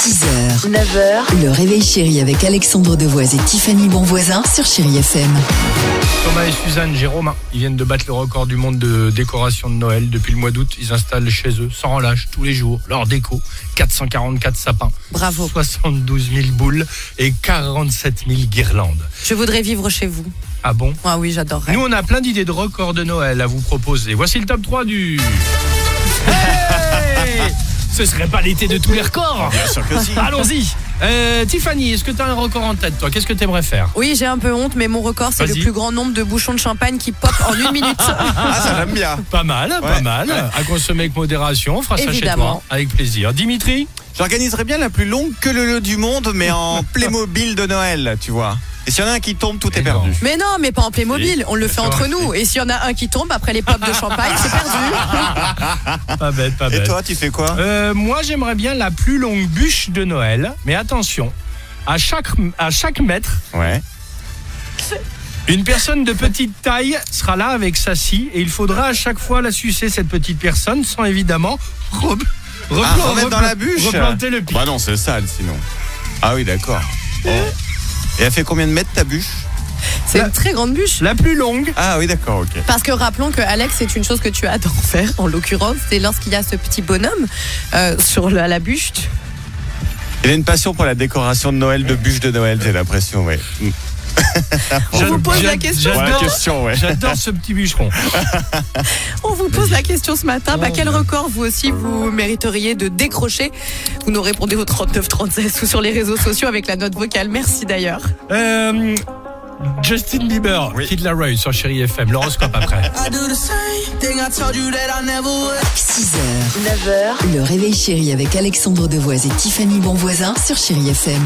6h, 9h, le réveil chéri avec Alexandre Devoise et Tiffany Bonvoisin sur Chéri FM. Thomas et Suzanne Jérôme, ils viennent de battre le record du monde de décoration de Noël. Depuis le mois d'août, ils installent chez eux, sans relâche, tous les jours, leur déco. 444 sapins, Bravo. 72 000 boules et 47 000 guirlandes. Je voudrais vivre chez vous. Ah bon Ah oui, j'adorerais. Nous, on a plein d'idées de records de Noël à vous proposer. Voici le top 3 du... Hey Ce serait pas l'été de tous les records Bien sûr que si. Allons-y Euh, Tiffany, est-ce que t'as un record en tête, toi Qu'est-ce que t'aimerais faire Oui, j'ai un peu honte, mais mon record, c'est le Vas-y. plus grand nombre de bouchons de champagne qui pop en une minute. Ah, ça j'aime bien. Pas mal, pas Ouais, mal. À consommer avec modération, on fera ça chez Évidemment. toi. Avec plaisir. Dimitri J'organiserais bien la plus longue que le lieu du monde, mais en Playmobil de Noël, tu vois. Et s'il y en a un qui tombe, tout Eh est perdu. non. Mais non, mais pas en Playmobil, on le fait entre nous. Et s'il y en a un qui tombe après les pops de champagne, c'est perdu. Pas bête, pas Ah. Et bête. toi, tu fais quoi Euh, moi, j'aimerais bien la plus longue bûche de Noël. Mais attention, à chaque, à chaque mètre, Ouais. une personne de petite taille sera là avec sa scie et il faudra à chaque fois la sucer, cette petite personne, sans évidemment re- replan- remettre dans replan- la bûche replanter le pied. Bah non, c'est sale sinon. Ah oui, d'accord. Oh. Et elle fait combien de mètres ta bûche C'est une très grande bûche. La plus longue, Ah oui, d'accord, ok. Parce que rappelons que Alex, c'est une chose que tu adores faire, en l'occurrence, c'est lorsqu'il y a ce petit bonhomme euh, sur le- à la bûche. tu- Il a une passion pour la décoration de Noël, de bûche de Noël, j'ai l'impression, ouais. Mm. On vous pose la j'a- question. Voilà la J'adore- question, ouais. J'adore ce petit bûcheron. On vous pose la question ce matin, bah, Oh, quel ouais. record vous aussi vous mériteriez de décrocher Vous nous répondez au 39 36 ou sur les réseaux sociaux avec la note vocale. Merci d'ailleurs. Euh, Justin Bieber, Oui. Kid Laroi sur Chéri FM, l'horoscope après. I do the same thing I told you that I never would. 6h, 9h, le réveil chéri avec Alexandre Devoise et Tiffany Bonvoisin sur Chéri FM.